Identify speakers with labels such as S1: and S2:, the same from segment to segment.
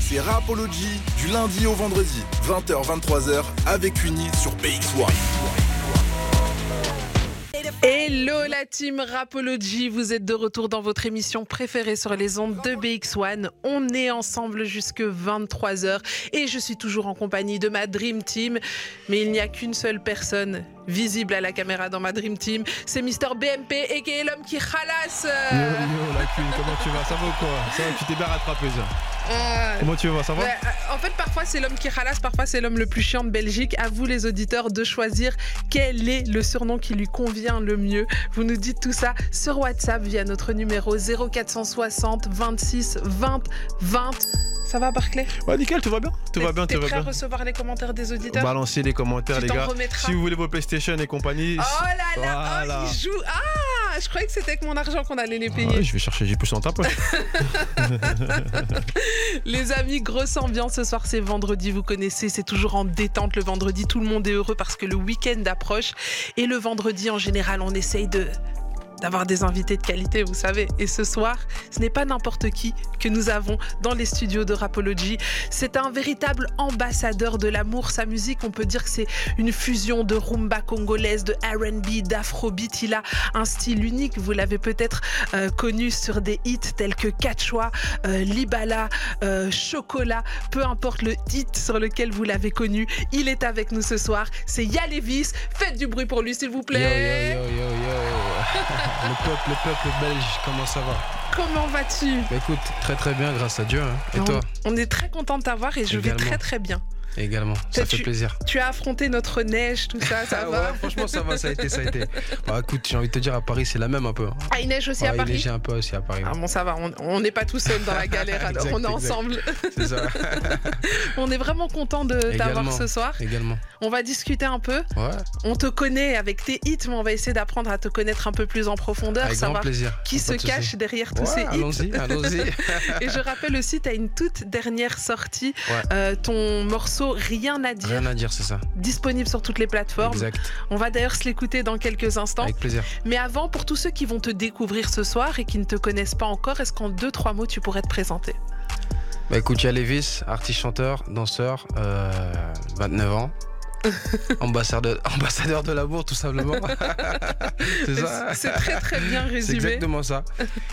S1: c'est Rapology du lundi au vendredi, 20h-23h avec Uni sur BX1.
S2: Hello la team Rapology, vous êtes de retour dans votre émission préférée sur les ondes de BX1. On est ensemble jusque 23h et je suis toujours en compagnie de ma Dream Team. Mais il n'y a qu'une seule personne visible à la caméra dans ma Dream Team, c'est Mister BMP et qui est l'homme qui ralasse.
S3: Yo
S2: euh,
S3: yo la queen, comment tu vas Ça va ou quoi Ça va, tu t'es bien rattrapé ça.
S2: euh,
S3: Comment tu vas Ça va
S2: Ouais, euh, en fait, parfois c'est l'homme qui ralasse, parfois c'est l'homme le plus chiant de Belgique. À vous, les auditeurs, de choisir quel est le surnom qui lui convient le mieux. Vous nous dites tout ça sur WhatsApp via notre numéro 0460 26 20 20. Ça va, Barclay
S3: Ouais nickel, tout va bien Tout va
S2: T'es-
S3: bien,
S2: Bah, T'es
S3: tout va
S2: prêt à
S3: bien.
S2: recevoir les commentaires des auditeurs
S3: Balancez les commentaires
S2: Tu
S3: les
S2: t'en
S3: gars.
S2: remettras.
S3: Si vous voulez vos PlayStation et compagnie.
S2: Oh là là,
S3: Voilà.
S2: oh, il joue. Ah, je croyais que c'était avec mon argent qu'on allait les
S3: Ah
S2: payer.
S3: ouais, je vais chercher, j'ai plus en ta poche.
S2: Les amis, grosse ambiance ce soir, c'est vendredi, vous connaissez, c'est toujours en détente le vendredi, tout le monde est heureux parce que le week-end approche et le vendredi en général on essaye de d'avoir des invités de qualité, vous savez. Et ce soir, ce n'est pas n'importe qui que nous avons dans les studios de Rapology. C'est un véritable ambassadeur de l'amour. Sa musique, on peut dire que c'est une fusion de rumba congolaise, de R&B, d'afrobeat. Il a un style unique. Vous l'avez peut-être euh, connu sur des hits tels que Quechua, euh, Libala, euh, chocolat, peu importe le hit sur lequel vous l'avez connu, il est avec nous ce soir. C'est Yalevis. Faites du bruit pour lui, s'il vous
S3: Yo yo yo yo yo.
S2: plaît.
S3: Le peuple, le peuple belge, comment ça va
S2: Comment vas-tu
S3: Bah écoute, très très bien grâce à Dieu. hein. Et
S2: on,
S3: toi
S2: on est très content de t'avoir et je vais
S3: Également.
S2: très très bien.
S3: Également, ça
S2: Toi,
S3: fait
S2: tu-
S3: plaisir.
S2: Tu as affronté notre neige, tout ça, ça
S3: Ah
S2: va
S3: ouais, franchement ça va, ça a été, ça a été. Bah écoute, j'ai envie de te dire à Paris c'est la même un peu. hein.
S2: Ah, il neige aussi à
S3: Ouais, il
S2: Paris
S3: léger un peu aussi à Paris.
S2: ah bon, ça va, on- on n'est pas tout seul dans la galère, alors
S3: Exact,
S2: on est
S3: exact.
S2: ensemble.
S3: C'est ça.
S2: On est vraiment content de t'avoir
S3: Également.
S2: ce soir.
S3: Également.
S2: On va discuter un peu.
S3: Ouais.
S2: On te connaît avec tes hits, mais on va essayer d'apprendre à te connaître un peu plus en profondeur,
S3: Avec grand
S2: savoir
S3: plaisir.
S2: qui
S3: Pas
S2: se
S3: de souci.
S2: cache derrière tous
S3: Ouais,
S2: ces hits.
S3: Allons-y, allons-y.
S2: Et je rappelle aussi, tu as une toute dernière sortie,
S3: Ah, Ouais.
S2: euh, ton morceau Rien à dire,
S3: Rien à dire, c'est ça.
S2: disponible sur toutes les plateformes.
S3: Exact.
S2: On va d'ailleurs se l'écouter dans quelques instants.
S3: Avec plaisir.
S2: Mais avant, pour tous ceux qui vont te découvrir ce soir et qui ne te connaissent pas encore, est-ce qu'en deux, trois mots, tu pourrais te présenter
S3: Bah écoute, il y a Lévis, artiste chanteur, danseur, euh, 29 ans. ambassadeur, ambassadeur de l'amour, tout simplement. c'est ça.
S2: C'est très très bien
S3: C'est
S2: résumé.
S3: exactement ça.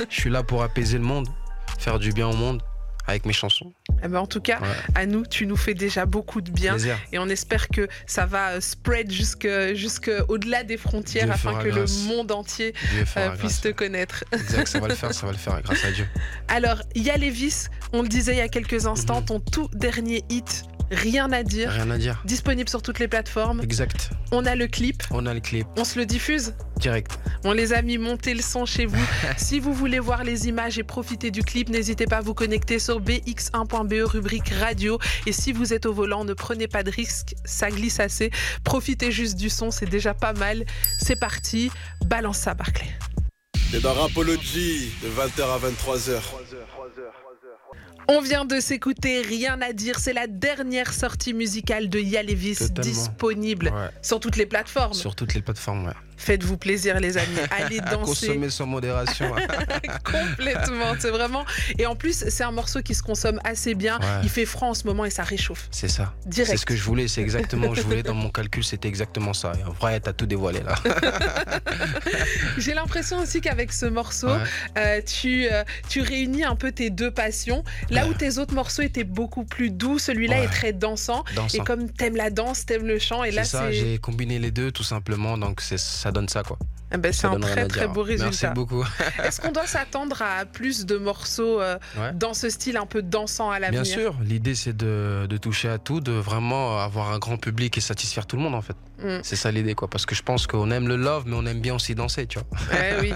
S3: Je suis là pour apaiser le monde, faire du bien au monde avec mes chansons.
S2: Eh ben, en tout cas,
S3: Voilà.
S2: à nous, tu nous fais déjà beaucoup de bien.
S3: Plaisir.
S2: Et on espère que ça va euh, spread jusque, jusque au-delà des frontières
S3: Dieu
S2: afin
S3: fera
S2: que
S3: grâce.
S2: le monde entier
S3: Dieu
S2: euh,
S3: fera
S2: puisse
S3: grâce.
S2: te connaître.
S3: Exact, ça va le faire, ça va le faire, grâce à Dieu.
S2: Alors, il y a Lévis, on le disait il y a quelques instants,
S3: Mhm.
S2: ton tout dernier hit, Rien à dire,
S3: Rien à dire.
S2: disponible sur toutes les plateformes.
S3: Exact.
S2: On a le clip,
S3: On a le clip
S2: on se le diffuse.
S3: direct.
S2: On les a mis monter le son chez vous. si vous voulez voir les images et profiter du clip, n'hésitez pas à vous connecter sur bx1.be E, rubrique radio. Et si vous êtes au volant, ne prenez pas de risque, ça glisse assez. Profitez juste du son, c'est déjà pas mal. C'est parti, balance ça, Barclay.
S1: C'est dans Eh ben, Rapology de 20h à 23h.
S2: On vient de s'écouter Rien à dire, c'est la dernière sortie musicale de Yalevis
S3: Totalement.
S2: disponible
S3: Ouais.
S2: sur toutes les plateformes.
S3: Sur toutes les plateformes, ouais.
S2: Faites-vous plaisir les amis, allez danser
S3: Consommer sans modération. ouais.
S2: complètement, c'est vraiment et en plus c'est un morceau qui se consomme assez bien,
S3: Ouais.
S2: il fait froid en ce moment et ça réchauffe
S3: C'est ça.
S2: direct.
S3: C'est ce que je voulais, c'est exactement ce que je voulais dans mon calcul, c'était exactement ça. Et en vrai, t'as tout dévoilé là.
S2: J'ai l'impression aussi qu'avec ce morceau,
S3: Ouais.
S2: euh, tu, euh, tu réunis un peu tes deux passions. Là où
S3: Ouais.
S2: tes autres morceaux étaient beaucoup plus doux, celui-là
S3: Ouais.
S2: est très dansant.
S3: Dans
S2: Et comme t'aimes la danse, t'aimes le chant, et là
S3: c'est ça,
S2: c'est
S3: j'ai combiné les deux tout simplement, donc c'est- ça donne ça quoi.
S2: Ah ben, c'est
S3: Ça
S2: un
S3: donne rien
S2: très
S3: à
S2: très
S3: dire.
S2: beau
S3: Merci
S2: résultat.
S3: beaucoup.
S2: Est-ce qu'on doit s'attendre à plus de morceaux euh,
S3: Ouais.
S2: dans ce style un peu dansant à l'avenir
S3: Bien sûr, l'idée c'est de, de toucher à tout, de vraiment avoir un grand public et satisfaire tout le monde en fait.
S2: Mm.
S3: C'est ça l'idée quoi, parce que je pense qu'on aime le love, mais on aime bien aussi danser, tu vois.
S2: Eh oui.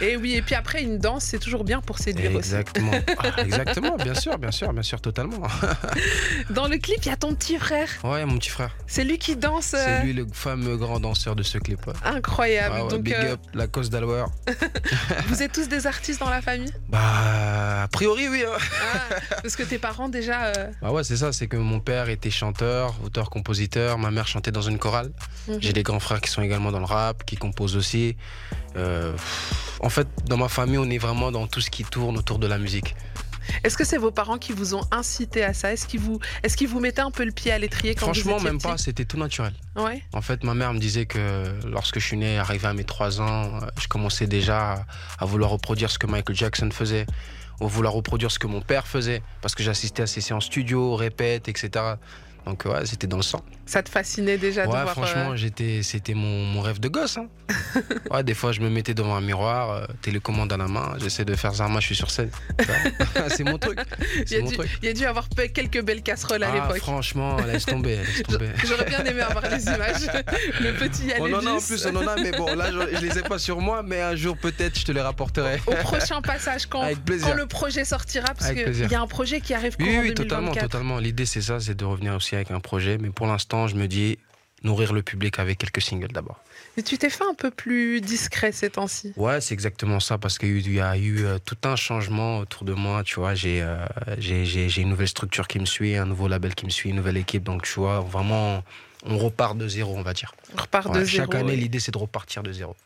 S2: Et oui, et puis après une danse, c'est toujours bien pour séduire
S3: Exactement, Ah, exactement, bien sûr, bien sûr, bien sûr, totalement.
S2: aussi. Dans le clip, il y a ton petit frère.
S3: Ouais, mon petit frère,
S2: C'est lui qui danse. euh,
S3: c'est lui le fameux grand danseur de ce clip. ouais.
S2: Incroyable.
S3: Ah ouais,
S2: Donc
S3: big
S2: euh,
S3: up, la cause d'Alwer.
S2: vous êtes tous des artistes dans la famille
S3: Bah, a priori, oui. hein.
S2: Ah, Parce que tes parents déjà. euh,
S3: Ah ouais, c'est ça, c'est que mon père était chanteur, auteur-compositeur, ma mère chantait dans une chorale.
S2: mhm.
S3: J'ai des grands frères qui sont également dans le rap, qui composent aussi. Euh, pff, en fait, dans ma famille, on est vraiment dans tout ce qui tourne autour de la musique.
S2: Est-ce que c'est vos parents qui vous ont incité à ça Est-ce qu'ils vous, est qu'ils vous mettaient un peu le pied à l'étrier quand
S3: Franchement,
S2: vous étiez
S3: même pas,
S2: petit
S3: c'était tout naturel.
S2: Ouais.
S3: En fait, ma mère me disait que lorsque je suis né, arrivé à mes 3 ans, euh, je commençais déjà à, à vouloir reproduire ce que Michael Jackson faisait, ou vouloir reproduire ce que mon père faisait, parce que j'assistais à ses séances studio, répètes, etc. Donc ouais, c'était dans le sang.
S2: Ça te fascinait déjà de
S3: ouais,
S2: voir. euh,
S3: franchement, j'étais, c'était mon, mon rêve de gosse. hein. ouais, des fois, je me mettais devant un miroir, euh, télécommande à la main, j'essaie de faire Zarma, je suis sur scène. Ouais. c'est mon truc.
S2: Il y, a
S3: C'est mon
S2: dû-
S3: truc.
S2: il y a dû avoir pe- quelques belles casseroles à
S3: Ah,
S2: l'époque.
S3: franchement, laisse tomber, laisse tomber.
S2: J'aurais bien aimé avoir les images. Le petit
S3: On Oh en a en
S2: Alevis.
S3: plus, on en a, mais bon, là, je, je les ai pas sur moi, mais un jour peut-être, je te les rapporterai.
S2: Au prochain passage, quand,
S3: Avec plaisir.
S2: quand le projet sortira, parce
S3: Avec
S2: qu'il
S3: plaisir.
S2: y a un projet qui arrive
S3: Oui,
S2: courant
S3: oui,
S2: 2024.
S3: totalement, totalement. L'idée, c'est ça, c'est de revenir aussi avec un projet. Mais pour l'instant, je me dis nourrir le public avec quelques singles d'abord.
S2: Mais tu t'es fait un peu plus discret ces temps-ci.
S3: Ouais, c'est exactement ça, parce qu'il y a eu- il y a eu euh, tout un changement autour de moi. Tu vois, j'ai euh, j'ai- j'ai- j'ai une nouvelle structure qui me suit, un nouveau label qui me suit, une nouvelle équipe. Donc, tu vois, vraiment, on repart de zéro, on va dire.
S2: On repart de
S3: Ouais,
S2: zéro.
S3: chaque année,
S2: ouais.
S3: l'idée, c'est de repartir de zéro.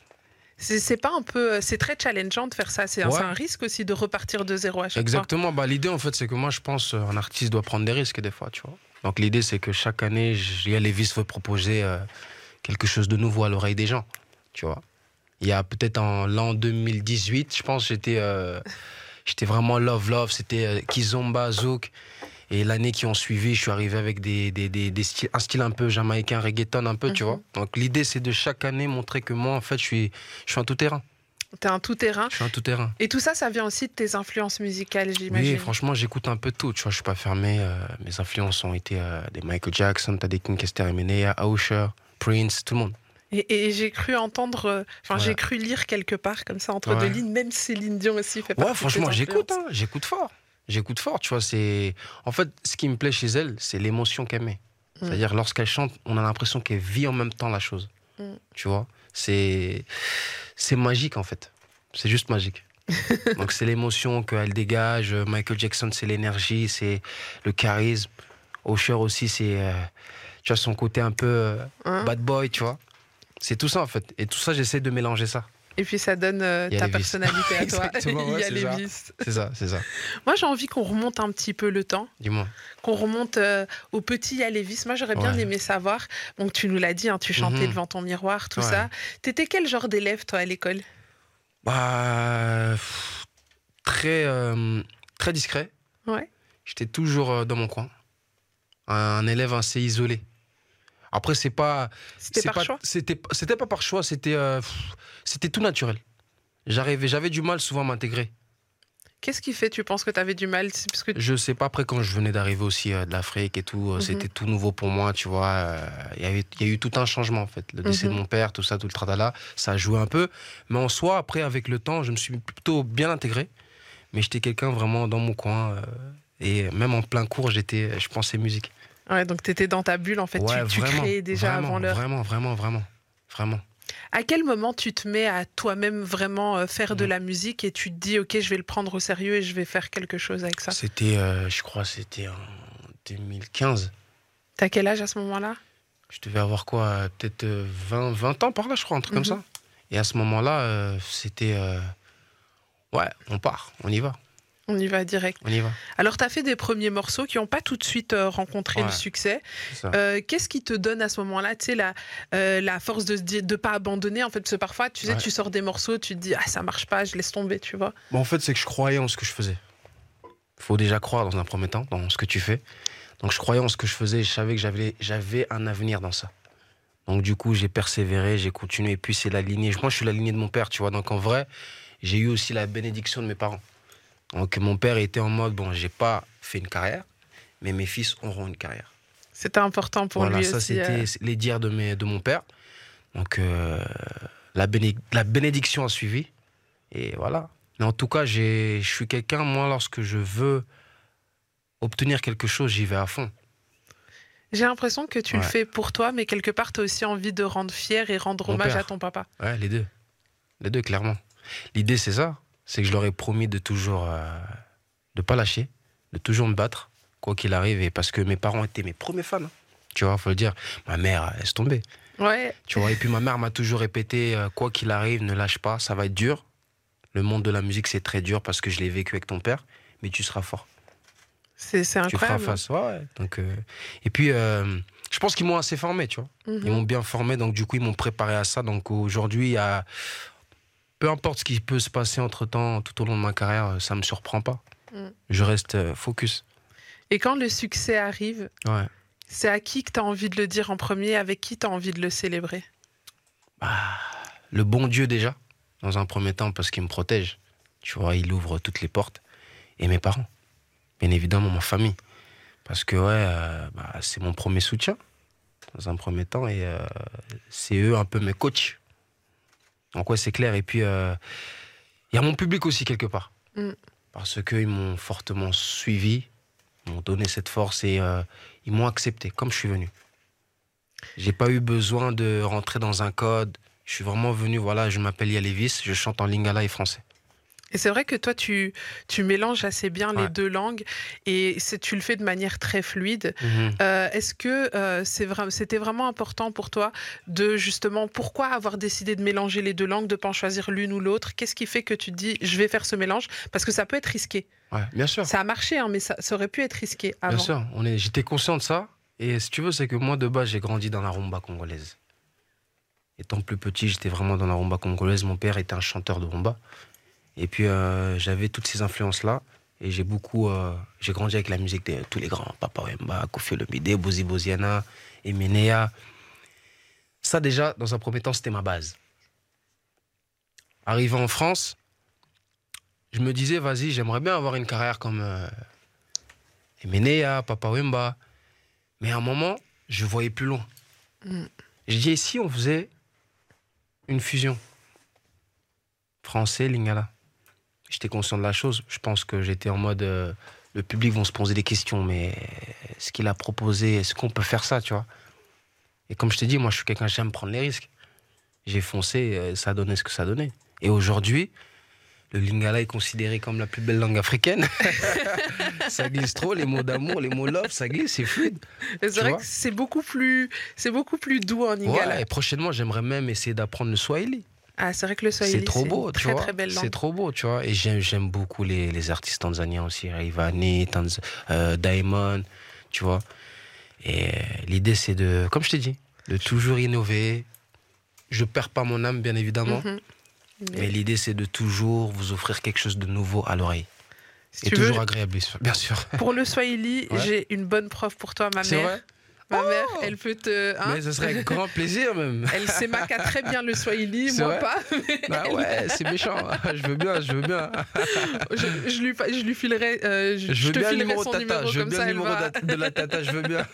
S2: C'est c'est pas un peu, c'est très challengeant de faire ça. C'est un-
S3: Ouais.
S2: c'est un risque aussi de repartir de zéro à chaque
S3: Exactement. Bah, l'idée, en fait, c'est que moi, je pense euh, un artiste doit prendre des risques des fois, tu vois. Donc, l'idée, c'est que chaque année, Léa Lévis veut proposer euh, quelque chose de nouveau à l'oreille des gens, tu vois. Il y a peut-être en l'an 2018, je pense, j'étais euh, j'étais vraiment love, love. C'était euh, Kizomba, Zouk. Et l'année qui ont suivi, je suis arrivé avec des, des, des- des styles- un style un peu jamaïcain, reggaeton un peu, tu
S2: Mhm.
S3: vois. Donc, l'idée, c'est de chaque année montrer que moi, en fait, je suis, je suis un tout-terrain.
S2: fois. T'es un tout-terrain.
S3: Je suis un tout-terrain.
S2: Et tout ça, ça vient aussi de tes influences musicales,
S3: Oui,
S2: j'imagine.
S3: franchement, j'écoute un peu tout. Tu vois, je suis pas fermé. euh, mes influences ont été euh, des Michael Jackson, t'as des King Kester Emenea, Usher, Prince, tout le monde.
S2: et et j'ai cru entendre, euh, enfin,
S3: Ouais.
S2: j'ai cru lire quelque part, comme ça, entre
S3: Ouais.
S2: deux lignes, même Céline Dion aussi fait partie.
S3: Ouais,
S2: de tes
S3: franchement, j'écoute.
S2: influences.
S3: hein, j'écoute fort. J'écoute fort. Tu vois, c'est. En fait, ce qui me plaît chez elle, c'est l'émotion qu'elle met.
S2: Mm.
S3: C'est-à-dire, lorsqu'elle chante, on a l'impression qu'elle vit en même temps la chose.
S2: Mm.
S3: Tu vois, c'est. C'est magique, en fait. C'est juste magique. Donc, c'est l'émotion qu'elle dégage. Michael Jackson, c'est l'énergie, c'est le charisme. Usher aussi, c'est. euh, Tu as son côté un peu euh,
S2: Hein
S3: bad boy, tu vois. C'est tout ça, en fait. Et tout ça, j'essaie de mélanger ça.
S2: Et puis ça donne euh,
S3: Il y a
S2: ta
S3: les vis.
S2: personnalité à toi.
S3: Exactement, ouais,
S2: Il y a
S3: c'est
S2: les
S3: ça.
S2: vis.
S3: C'est ça, c'est ça.
S2: Moi, j'ai envie qu'on remonte un petit peu le temps,
S3: Dis-moi.
S2: qu'on remonte euh, au petit Yalévis. Moi, j'aurais bien
S3: Ouais.
S2: aimé savoir. Donc, tu nous l'as dit, hein, tu chantais
S3: Mhm.
S2: devant ton miroir, tout
S3: Ouais.
S2: ça. T'étais quel genre d'élève, toi, à l'école
S3: Bah, pff, très, euh, très discret.
S2: Ouais.
S3: J'étais toujours euh, dans mon coin. Un élève assez isolé. Après, c'est pas.
S2: C'était
S3: c'est
S2: par
S3: pas-
S2: choix
S3: C'était c'était pas par choix, c'était euh, pff, c'était tout naturel. J'arrivais, j'avais du mal souvent à m'intégrer.
S2: Qu'est-ce qui fait, tu penses que tu avais du mal C'est parce que
S3: Je sais pas, après, quand je venais d'arriver aussi euh, de l'Afrique et tout, euh,
S2: Mhm.
S3: c'était tout nouveau pour moi, tu vois. euh, Il y avait- il y a eu tout un changement, en fait. Le décès
S2: Mhm.
S3: de mon père, tout ça, tout le tratala, ça a joué un peu. Mais en soi, après, avec le temps, je me suis plutôt bien intégré. Mais j'étais quelqu'un vraiment dans mon coin. euh, et même en plein cours, j'étais, je pensais musique.
S2: ouais, donc tu étais dans ta bulle, en fait.
S3: Ouais,
S2: tu tu créais déjà
S3: vraiment,
S2: avant l'heure.
S3: Vraiment, vraiment, vraiment. Vraiment.
S2: À quel moment tu te mets à toi-même vraiment euh, faire de
S3: Mhm.
S2: la musique et tu te dis, OK, je vais le prendre au sérieux et je vais faire quelque chose avec ça
S3: C'était, euh, je crois, c'était en 2015.
S2: T'as quel âge à ce moment-là
S3: Je devais avoir quoi euh, Peut-être euh, 20, 20 ans par là, je crois, un truc comme
S2: Mhm.
S3: ça. Et à ce moment-là, euh, c'était. euh, ouais, on part, on y va,
S2: On y va direct.
S3: on y va.
S2: Alors, tu as fait des premiers morceaux qui n'ont pas tout de suite euh, rencontré le
S3: Ouais.
S2: succès.
S3: C'est ça.
S2: Euh, Qu'est-ce qui te donne à ce moment-là, tu sais, la, euh, la force de ne pas abandonner, en fait Parce que parfois, tu sais,
S3: Ouais.
S2: tu sors des morceaux, tu te dis, ah, ça marche pas, je laisse tomber, tu vois.
S3: Bah, en fait, c'est que je croyais en ce que je faisais. Faut déjà croire dans un premier temps, dans ce que tu fais. Donc je croyais en ce que je faisais, je savais que j'avais, j'avais un avenir dans ça. Donc du coup, j'ai persévéré, j'ai continué, et puis c'est la lignée. Moi, je suis la lignée de mon père, tu vois. Donc en vrai, j'ai eu aussi la bénédiction de mes parents. Donc mon père était en mode, bon, j'ai pas fait une carrière, mais mes fils auront une carrière.
S2: C'était important pour
S3: voilà,
S2: lui
S3: ça
S2: aussi. euh,
S3: c'était les dires de, mes, de mon père. Donc euh, la, béné- la bénédiction a suivi. Et voilà. Mais en tout cas, j'ai- je suis quelqu'un, moi, lorsque je veux obtenir quelque chose, j'y vais à fond.
S2: J'ai l'impression que tu le
S3: Ouais.
S2: fais pour toi, mais quelque part, tu as aussi envie de rendre fier et rendre
S3: Mon
S2: hommage
S3: père.
S2: à ton papa.
S3: Ouais, les deux. Les deux, clairement. L'idée, c'est ça. C'est que je leur ai promis de toujours. euh, de pas lâcher, de toujours me battre, quoi qu'il arrive. Et parce que mes parents étaient mes premiers fans. hein. Tu vois, faut le dire. Ma mère, elle se tombait.
S2: Ouais,
S3: Tu vois, et puis ma mère m'a toujours répété, euh, quoi qu'il arrive, ne lâche pas, ça va être dur. Le monde de la musique, c'est très dur parce que je l'ai vécu avec ton père. mais tu seras fort.
S2: C'est c'est
S3: Tu feras
S2: incroyable.
S3: face. Ouais, ouais. Donc, euh, et puis, euh, je pense qu'ils m'ont assez formé, tu vois.
S2: Mhm.
S3: Ils m'ont bien formé, donc du coup, ils m'ont préparé à ça. Donc aujourd'hui, à... peu importe ce qui peut se passer entre temps, tout au long de ma carrière, euh, ça me surprend pas.
S2: Mm.
S3: Je reste euh, focus.
S2: Et quand le succès arrive,
S3: Ouais.
S2: c'est à qui que tu as envie de le dire en premier, avec qui tu as envie de le célébrer
S3: Bah, Le bon Dieu, déjà, dans un premier temps, parce qu'il me protège. Tu vois, il ouvre toutes les portes. Et mes parents, bien évidemment, ma famille. Parce que, ouais, euh, bah, c'est mon premier soutien, dans un premier temps. Et euh, c'est eux un peu mes coachs. Donc, ouais, c'est clair. Et puis, euh, il y a mon public aussi, quelque part.
S2: Mm.
S3: Parce qu'ils m'ont fortement suivi, m'ont donné cette force et euh, ils m'ont accepté, comme je suis venu. J'ai pas eu besoin de rentrer dans un code. Je suis vraiment venu, voilà, je m'appelle Yalevis, je chante en lingala et français.
S2: Et c'est vrai que toi, tu, tu mélanges assez bien les
S3: Ouais.
S2: deux langues et c'est- tu le fais de manière très fluide.
S3: Mhm.
S2: Euh, Est-ce que euh, c'est vra- c'était vraiment important pour toi de justement, pourquoi avoir décidé de mélanger les deux langues, de pas en choisir l'une ou l'autre Qu'est-ce qui fait que tu te dis, je vais faire ce mélange Parce que ça peut être risqué.
S3: Ouais, bien sûr.
S2: Ça a marché, hein, mais ça, ça aurait pu être risqué avant.
S3: Bien sûr, on est, j'étais conscient de ça. Et si tu veux, c'est que moi, de base, j'ai grandi dans la rumba congolaise. Étant plus petit, j'étais vraiment dans la rumba congolaise. Mon père était un chanteur de rumba. Et puis, euh, j'avais toutes ces influences-là. Et j'ai beaucoup. euh, j'ai grandi avec la musique de tous les grands. Papa Wemba, Kofi Olomide, Bozi Boziana, Emenea. Ça, déjà, dans un premier temps, c'était ma base. Arrivé en France, je me disais, vas-y, j'aimerais bien avoir une carrière comme. euh, Emenea, Papa Wemba. Mais à un moment, je voyais plus loin.
S2: Mm.
S3: J'ai dit, et si on faisait une fusion Français, Lingala. J'étais conscient de la chose. Je pense que j'étais en mode. euh, le public vont se poser des questions, mais ce qu'il a proposé, est-ce qu'on peut faire ça, tu vois Et comme je t'ai dit, moi, je suis quelqu'un, j'aime prendre les risques. J'ai foncé, euh, ça a donné ce que ça donnait. Et aujourd'hui, le Lingala est considéré comme la plus belle langue africaine ça glisse trop, les mots d'amour, les mots love, ça glisse, c'est fluide.
S2: Et
S3: tu
S2: C'est vrai
S3: vois
S2: que c'est beaucoup plus, c'est beaucoup plus doux en Lingala.
S3: Ouais, et prochainement, j'aimerais même essayer d'apprendre le swahili.
S2: Ah, c'est vrai que le Swahili,
S3: C'est trop beau,
S2: une
S3: tu
S2: très,
S3: vois.
S2: très belle langue.
S3: C'est trop beau, tu vois. Et j'aime, j'aime beaucoup les, les artistes tanzaniens aussi, Rayvanny, Tanz- euh, Diamond, tu vois. Et euh, l'idée, c'est de, comme je t'ai dit, de toujours innover. Je perds pas mon âme, bien évidemment.
S2: Mhm. Mais
S3: Mais l'idée, c'est de toujours vous offrir quelque chose de nouveau à l'oreille.
S2: si
S3: Et
S2: tu veux,
S3: toujours agréable, bien sûr.
S2: pour le Swahili,
S3: Ouais.
S2: j'ai une bonne prof pour toi, ma
S3: C'est
S2: mère.
S3: vrai
S2: Ma
S3: Oh
S2: mère, elle peut te. Ah, hein,
S3: Mais ce serait avec grand plaisir, même.
S2: Elle s'émaca très bien le Swahili,
S3: C'est
S2: moi
S3: vrai
S2: pas.
S3: Bah ouais, c'est méchant. Je veux bien, je veux bien.
S2: Je, je lui, fa- je lui filerai, euh, je,
S3: Je
S2: je
S3: veux
S2: te
S3: bien le
S2: filerai
S3: numéro
S2: son
S3: tata.
S2: numéro
S3: je veux
S2: comme
S3: bien
S2: ça,
S3: le
S2: elle
S3: numéro
S2: va-
S3: de la tata. Je veux bien.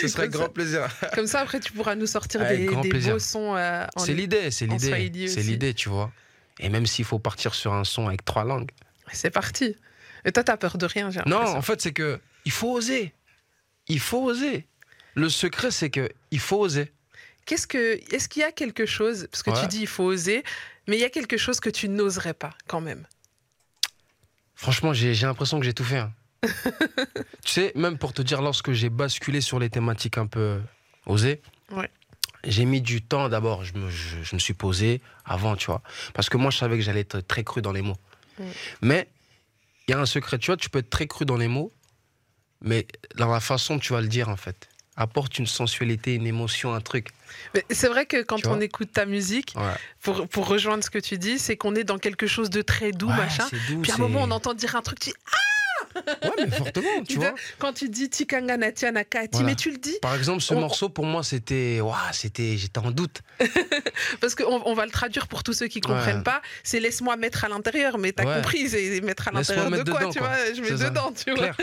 S3: Ce serait
S2: Comme ça.
S3: grand plaisir.
S2: comme ça après tu pourras nous sortir
S3: Avec
S2: des,
S3: grand
S2: des
S3: plaisir.
S2: beaux sons. euh, en
S3: C'est l'idée, c'est
S2: en
S3: l'idée,
S2: Swahili
S3: c'est
S2: aussi.
S3: l'idée, tu vois. Et même s'il faut partir sur un son avec trois langues.
S2: C'est parti. Et toi t'as peur de rien, j'ai
S3: Non,
S2: l'impression.
S3: en fait, c'est que il faut oser. Il faut oser. Le secret, c'est que il faut oser.
S2: Qu'est-ce que, est-ce qu'il y a quelque chose parce que tu
S3: Ouais.
S2: dis il faut oser, mais il y a quelque chose que tu n'oserais pas quand même.
S3: Franchement, j'ai j'ai l'impression que j'ai tout fait. hein. tu sais, même pour te dire, lorsque j'ai basculé sur les thématiques un peu euh, osées,
S2: Ouais.
S3: j'ai mis du temps d'abord. Je me, je- je me suis posé avant, tu vois. Parce que moi, je savais que j'allais être très cru dans les mots.
S2: Ouais.
S3: Mais il y a un secret, tu vois, tu peux être très cru dans les mots, mais dans la façon dont tu vas le dire, en fait. Apporte une sensualité, une émotion, un truc.
S2: Mais c'est vrai que quand
S3: Tu
S2: on
S3: vois
S2: écoute ta musique,
S3: Ouais.
S2: pour, pour rejoindre ce que tu dis, c'est qu'on est dans quelque chose de très doux,
S3: Ouais,
S2: machin.
S3: c'est doux,
S2: Puis à un
S3: c'est-
S2: moment, on entend dire un truc, tu,
S3: Ouais, mais fortement, tu vois.
S2: quand tu dis Tikanga Natia Nakati,
S3: Voilà.
S2: mais tu le dis
S3: Par exemple, ce
S2: On-
S3: morceau, pour moi, c'était. Ouah, c'était. J'étais en doute.
S2: Parce qu'on on va le traduire pour tous ceux qui comprennent
S3: Ouais.
S2: pas. C'est laisse-moi mettre à l'intérieur, mais t'as
S3: Ouais.
S2: compris, c'est mettre à l'intérieur de
S3: Laisse-moi mettre
S2: quoi,
S3: dedans,
S2: tu
S3: quoi.
S2: vois Je mets
S3: C'est ça.
S2: dedans, tu vois.
S3: Clair.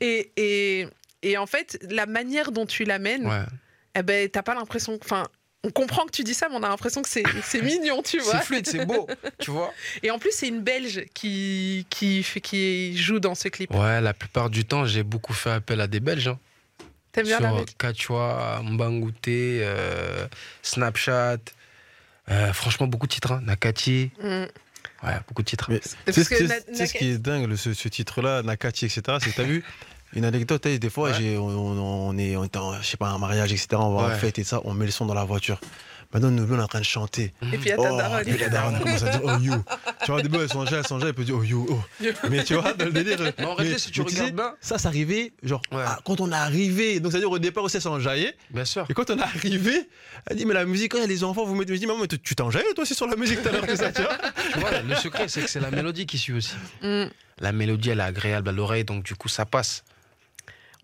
S2: Et, et, et en fait, la manière dont tu l'amènes,
S3: Ouais.
S2: eh ben, t'as pas l'impression. que- Enfin, on comprend que tu dis ça, mais on a l'impression que c'est c'est mignon, tu
S3: C'est
S2: vois.
S3: fluide, c'est beau, tu vois.
S2: Et en plus, c'est une Belge qui, qui, fait- qui joue dans ce clip.
S3: Ouais, la plupart du temps, j'ai beaucoup fait appel à des Belges. hein.
S2: T'aimes bien la
S3: sur
S2: Belge
S3: Kachwa, Mbangouté, euh, Snapchat. Euh, franchement, beaucoup de titres. hein. Nakati,
S2: Mm.
S3: ouais, beaucoup de titres.
S4: Mais
S2: Parce
S4: C'est ce,
S2: que
S4: qui est-
S2: Na-
S4: c'est
S2: Naka-
S4: ce qui est dingue, le- ce, ce titre-là, Nakati, etc. C'est, t'as vu une anecdote, eh, des fois,
S3: Ouais.
S4: j'ai- on, on- on est, on est en, je sais pas, un mariage, etc. On va
S3: Ouais.
S4: en fête et ça, on met le son dans la voiture. Maintenant, nous, on est en train de chanter.
S2: Et puis, il y a
S4: Oh,
S2: ta daronne.
S4: et la daronne commence à dire oh you. Tu vois, au début, elle songeait, elle songeait, elle peut dire oh you, oh. Mais tu vois, dans le délire.
S3: Mais en réalité, si tu
S4: mais
S3: regardes
S4: sais,
S3: bien-
S4: Ça, c'est arrivé, genre,
S3: Ouais.
S4: ah, quand on est arrivé. Donc, c'est-à-dire, au départ, aussi, elle s'enjaillait.
S3: Bien sûr.
S4: Et quand on est arrivé, elle dit, mais la musique, quand les enfants, vous mettez. Je dis, maman, mais tu tu t'enjailles, toi aussi, sur la musique tout à l'heure, que ça, tu vois.
S3: Tu vois, le secret, c'est que c'est la mélodie qui suit aussi.
S2: Mm.
S3: La mélodie, elle est agréable à l'oreille, donc du coup, ça passe.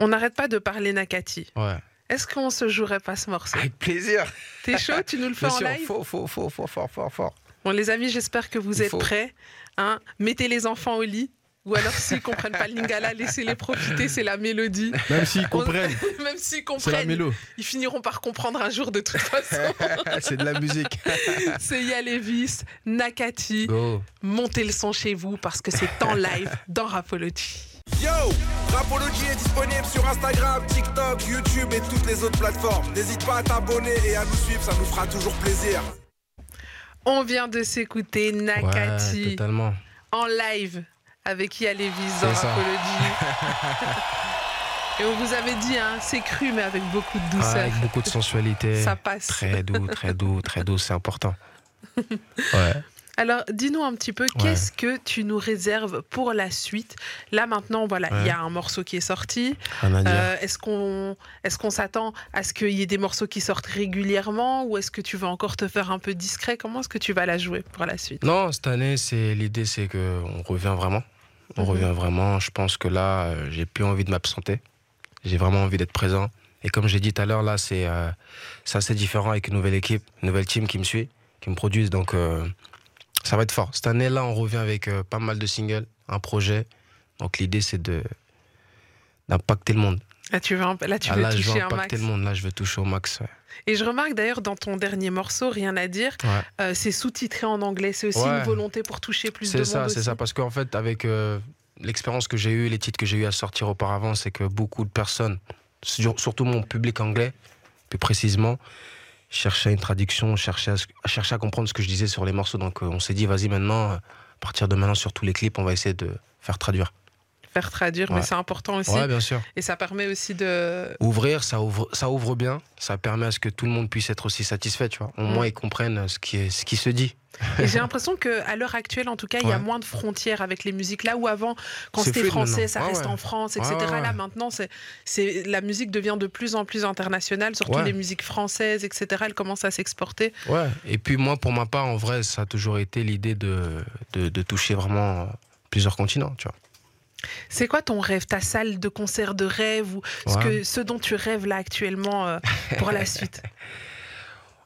S2: On n'arrête pas de parler Nakati.
S3: Ouais.
S2: Est-ce qu'on se jouerait pas ce morceau
S3: Avec plaisir.
S2: T'es chaud Tu nous le fais
S3: Bien
S2: en
S3: sûr.
S2: live
S3: Fort, fort, fort, fort, fort, fort, fort.
S2: Bon, les amis, j'espère que vous
S3: Il
S2: êtes
S3: faut.
S2: prêts. hein. Mettez les enfants au lit. Ou alors, s'ils comprennent pas le lingala, laissez-les profiter, c'est la mélodie.
S4: Même s'ils comprennent,
S2: Même s'ils
S4: c'est la
S2: comprennent,
S4: mélo.
S2: ils finiront par comprendre un jour de toute façon.
S3: c'est de la musique.
S2: c'est Yalevis, Nakati.
S3: Go.
S2: Montez le son chez vous parce que c'est en live dans Rapology.
S1: Yo Rapology est disponible sur Instagram, TikTok, YouTube et toutes les autres plateformes. N'hésite pas à t'abonner et à nous suivre, ça nous fera toujours plaisir.
S2: On vient de s'écouter Nakati.
S3: Ouais, totalement.
S2: en live avec Ia Lévis dans
S3: C'est ça.
S2: Rapology. Et on vous avait dit, hein, c'est cru mais avec beaucoup de
S3: Ah,
S2: douceur.
S3: avec beaucoup de sensualité.
S2: Ça passe.
S3: Très doux, très doux, très doux, c'est important. Ouais.
S2: Alors, dis-nous un petit peu, qu'est-ce que tu nous réserves pour la suite Là, maintenant, voilà, il y a un morceau qui est sorti.
S3: Rien à dire.
S2: Euh, est-ce qu'on est qu'on s'attend à ce qu'il y ait des morceaux qui sortent régulièrement ou est-ce que tu vas encore te faire un peu discret Comment est-ce que tu vas la jouer pour la suite
S3: Non, cette année, c'est l'idée, c'est que on revient vraiment. On
S2: Mhm.
S3: revient vraiment. Je pense que là, euh, j'ai plus envie de m'absenter. J'ai vraiment envie d'être présent. Et comme j'ai dit tout à l'heure, là, c'est euh, c'est assez différent avec une nouvelle équipe, une nouvelle team qui me suit, qui me produisent. Donc, euh, ça va être fort. Cette année, là, on revient avec euh, pas mal de singles, un projet. Donc, l'idée, c'est de d'impacter le monde.
S2: Là, tu veux, un- là, tu
S3: Ah,
S2: veux
S3: là, je veux
S2: toucher un
S3: impacter
S2: max.
S3: le monde. Là, je veux toucher au max. ouais.
S2: Et je remarque d'ailleurs dans ton dernier morceau, rien à dire,
S3: Ouais.
S2: Euh, c'est sous-titré en anglais. C'est aussi
S3: Ouais.
S2: une volonté pour toucher plus de
S3: C'est
S2: monde.
S3: ça,
S2: aussi.
S3: c'est ça. Parce qu'en fait, avec euh, l'expérience que j'ai eue, les titres que j'ai eu à sortir auparavant, c'est que beaucoup de personnes, sur- surtout mon public anglais, plus précisément, cherchaient une traduction, cherchaient à, ce- cherchaient à comprendre ce que je disais sur les morceaux. Donc euh, on s'est dit, vas-y, maintenant, euh, à partir de maintenant, sur tous les clips, on va essayer de faire traduire.
S2: Faire traduire, mais
S3: Ouais.
S2: c'est important aussi.
S3: Ouais, bien sûr.
S2: Et ça permet aussi de.
S3: Ouvrir, ça ouvre, ça ouvre bien, ça permet à ce que tout le monde puisse être aussi satisfait, tu vois. Au
S2: Mm.
S3: moins, ils comprennent ce qui, est- ce qui se dit.
S2: Et j'ai l'impression qu'à l'heure actuelle, en tout cas, il y a
S3: Ouais.
S2: moins de frontières avec les musiques. Là où avant, quand
S3: C'est
S2: c'était
S3: fluide
S2: français,
S3: maintenant.
S2: ça
S3: Ouais,
S2: reste
S3: ouais.
S2: en France,
S3: Ouais,
S2: etc.
S3: ouais,
S2: Là
S3: ouais.
S2: maintenant, c'est, c'est, la musique devient de plus en plus internationale, surtout
S3: Ouais.
S2: les musiques françaises, etc. Elles commencent à s'exporter.
S3: Ouais, et puis moi, pour ma part, en vrai, ça a toujours été l'idée de, de, de toucher vraiment plusieurs continents, tu vois.
S2: C'est quoi ton rêve, ta salle de concert de rêve ou ce,
S3: Ouais.
S2: que, ce dont tu rêves là actuellement euh, pour la suite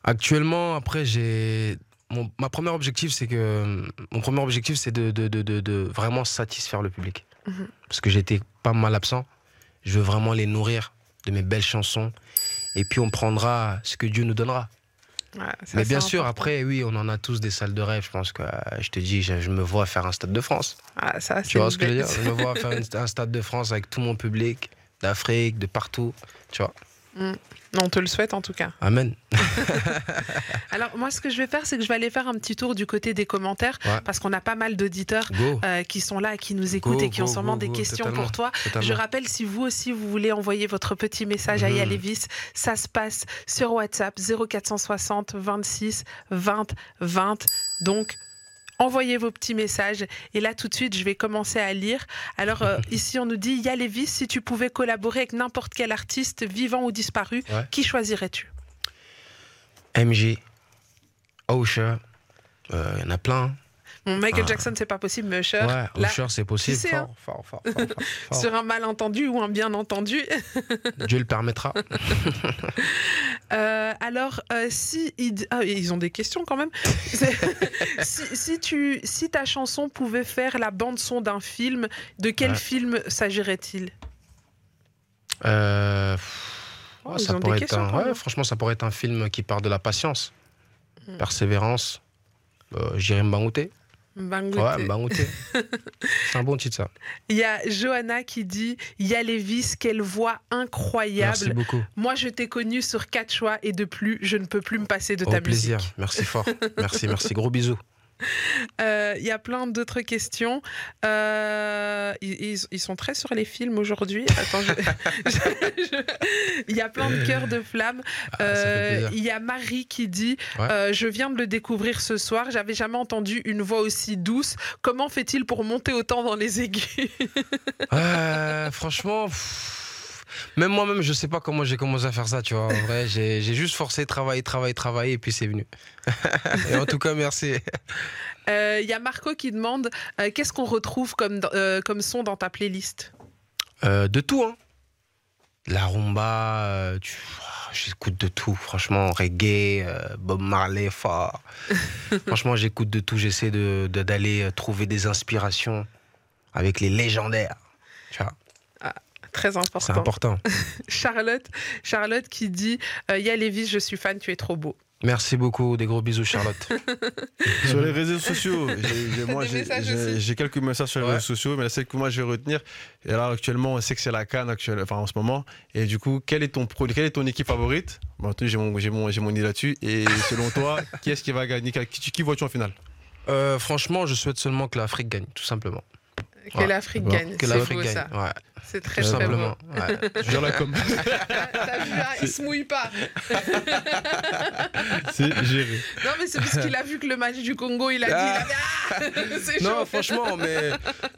S3: Actuellement, après, j'ai. Mon, ma première objectif, c'est que. Mon premier objectif, c'est de, de, de, de, de vraiment satisfaire le public.
S2: Mhm.
S3: Parce que j'étais pas mal absent. Je veux vraiment les nourrir de mes belles chansons. Et puis, on prendra ce que Dieu nous donnera.
S2: Ouais, ça,
S3: Mais
S2: c'est
S3: bien sûr,
S2: important.
S3: après, oui, on en a tous des salles de rêve. Je pense que euh, je te dis, je, je me vois faire un stade de France.
S2: Ah, ça, c'est
S3: Tu vois
S2: une
S3: ce que je veux
S2: belle-
S3: dire Je me vois faire une- un stade de France avec tout mon public, d'Afrique, de partout. Tu vois
S2: Non, On te le souhaite en tout cas.
S3: Amen.
S2: Alors moi, ce que je vais faire, c'est que je vais aller faire un petit tour du côté des commentaires
S3: Ouais.
S2: parce qu'on a pas mal d'auditeurs.
S3: Go.
S2: euh, qui sont là, qui nous écoutent
S3: Go,
S2: et qui ont
S3: go,
S2: sûrement
S3: go,
S2: des
S3: go,
S2: questions
S3: totalement,
S2: pour toi.
S3: totalement.
S2: Je rappelle, si vous aussi vous voulez envoyer votre petit message à
S3: Mhm.
S2: Yalevis, ça se passe sur WhatsApp 0460 26 20 20. Donc Envoyez vos petits messages et là tout de suite je vais commencer à lire. Alors euh, ici on nous dit Yalevis, si tu pouvais collaborer avec n'importe quel artiste vivant ou disparu,
S3: Ouais.
S2: qui choisirais-tu
S3: MJ, Osher, il euh, y en a plein.
S2: Bon, Michael
S3: Ah.
S2: Jackson, c'est pas possible, mais Usher,
S3: Ouais,
S2: là,
S3: Osher, c'est possible.
S2: sais, hein.
S3: fort, fort, fort, fort, fort, fort.
S2: sur un malentendu ou un bien entendu.
S3: Dieu le permettra.
S2: Euh, alors, euh, si id- ah, ils ont des questions quand même. C'est- si, si tu, si ta chanson pouvait faire la bande son d'un film, de quel
S3: Ouais.
S2: film s'agirait-il
S3: Euh, pff,
S2: Oh,
S3: ouais,
S2: ils
S3: ça
S2: ont des
S3: pourrait être
S2: questions,
S3: un-
S2: quand
S3: ouais,
S2: même.
S3: franchement, ça pourrait être un film qui part de la patience,
S2: Mm.
S3: persévérance. Euh, J'irai Mbangouté.
S2: Banggood.
S3: Ouais, bah. Mbangouté. c'est un bon titre, ça.
S2: Il y a Johanna qui dit Il y a Lévis, quelle voix
S3: Merci
S2: incroyable.
S3: beaucoup.
S2: Moi, je t'ai connue sur quatre choix et de plus, je ne peux plus me passer de
S3: Au
S2: ta
S3: plaisir.
S2: musique.
S3: Merci fort. Merci, merci. Gros bisous.
S2: Euh, Il y a plein d'autres questions. Euh, ils, ils- ils sont très sur les films aujourd'hui. Attends, je- je- je- Il y a plein de cœurs de flammes.
S3: Ah, ça fait
S2: Euh,
S3: plaisir.
S2: Il y a Marie qui dit
S3: Ouais.
S2: euh, Je viens de le découvrir ce soir. J'avais jamais entendu une voix aussi douce. Comment fait-il pour monter autant dans les aigus
S3: Euh, franchement, pff, même moi-même, je sais pas comment j'ai commencé à faire ça, tu vois. En vrai, j'ai j'ai juste forcé, travailler, travailler, travailler, et puis c'est venu. et en tout cas, merci.
S2: Euh, Il y a Marco qui demande euh, Qu'est-ce qu'on retrouve comme, dans- euh, comme son dans ta playlist
S3: Euh, de tout, hein. De La rumba, euh, tu- ah, j'écoute de tout, franchement. Reggae, euh, Bob Marley, fort. franchement, j'écoute de tout. J'essaie d'aller de, d'aller euh, trouver des inspirations avec les légendaires. Tu vois,
S2: Très
S3: c'est
S2: important.
S3: important.
S2: Charlotte, Charlotte qui dit euh, Ya Lévis, je suis fan, tu es trop beau.
S3: Merci beaucoup. Des gros bisous, Charlotte.
S4: Sur les réseaux sociaux, j'ai- j'ai- moi,
S2: Des
S4: j'ai-
S2: messages
S4: j'ai
S2: aussi.
S4: j'ai quelques messages sur les
S3: Ouais.
S4: réseaux sociaux, mais la celle que moi je vais retenir, et là actuellement, on sait que c'est la Cannes actuelle, enfin, en ce moment, et du coup, quel est ton pro- quelle est ton équipe favorite Bon, entendu, j'ai mon, j'ai mon, j'ai mon idée là-dessus, et selon toi, qui est-ce qui va gagner Qui, qui vois-tu en finale
S3: Euh, franchement, je souhaite seulement que l'Afrique gagne, tout simplement.
S2: Que
S3: Ouais,
S2: l'Afrique
S4: bon,
S2: gagne.
S3: Que
S2: C'est
S3: l'Afrique
S2: beau
S3: gagne.
S2: ça.
S3: ouais,
S2: C'est très
S3: tout
S2: très beau.
S3: simplement. ouais.
S4: Je viens la com.
S2: T'as vu, hein, il se mouille pas.
S4: C'est géré.
S2: Non, mais c'est parce qu'il a vu que le match du Congo, il a dit,
S3: Ah.
S2: il a dit, Ah C'est
S3: Non,
S2: chaud.
S3: franchement, mais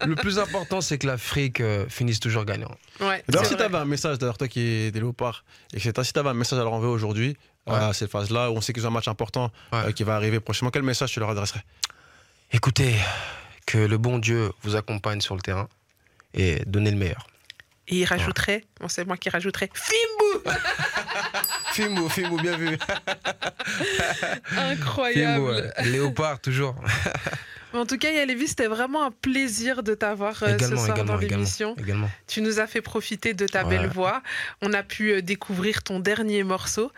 S3: le plus important, c'est que l'Afrique euh, finisse toujours gagnant.
S2: Ouais,
S4: D'ailleurs,
S2: c'est
S4: si
S2: vrai.
S4: t'avais un message, d'ailleurs, toi qui es des léopards, etc., si t'avais un message à leur envoyer aujourd'hui, euh,
S3: Ouais.
S4: à cette phase-là, où on sait qu'ils ont un match important
S3: Ouais.
S4: euh, qui va arriver prochainement, quel message tu leur adresserais
S3: Écoutez, que le bon Dieu vous accompagne sur le terrain et donnez le meilleur.
S2: Et il rajouterait, bon, c'est moi qui rajouterais, Fimbou
S3: Fimou, Fimou, bien vu.
S2: Incroyable
S3: Fimou, ouais. euh, Léopard, toujours.
S2: Mais En tout cas, Ya Lévis, c'était vraiment un plaisir de t'avoir euh, ce
S3: également,
S2: soir dans
S3: également, également,
S2: l'émission.
S3: également.
S2: Tu nous as fait profiter de ta
S3: Ouais.
S2: belle voix. On a pu euh, découvrir ton dernier morceau.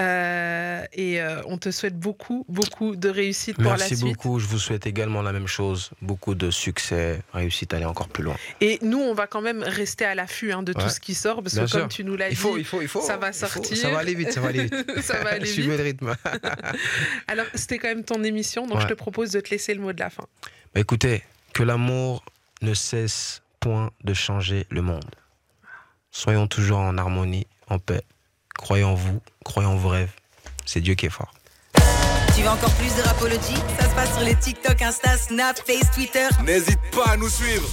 S2: Euh, et euh, on te souhaite beaucoup, beaucoup de réussite pour la
S3: Merci
S2: suite.
S3: beaucoup. Je vous souhaite également la même chose. Beaucoup de succès, réussite, aller encore plus loin.
S2: Et nous, on va quand même rester à l'affût hein, de tout
S3: Ouais.
S2: ce qui sort, parce
S3: Bien
S2: que comme
S3: sûr.
S2: tu nous l'as dit,
S3: Il faut, il faut, il faut.
S2: ça va
S3: il faut.
S2: sortir.
S3: Ça va aller vite, ça va aller vite.
S2: ça va aller
S3: Suivez
S2: vite.
S3: le rythme.
S2: Alors, c'était quand même ton émission, donc
S3: Ouais.
S2: je te propose de te laisser le mot de la fin.
S3: Bah, écoutez, que l'amour ne cesse point de changer le monde. Soyons toujours en harmonie, en paix. Croyez en vous, croyez en vos rêves. C'est Dieu qui est fort.
S5: Tu veux encore plus de Rapology Ça se passe sur les TikTok, Insta, Snap, Face, Twitter.
S1: N'hésite pas à nous suivre.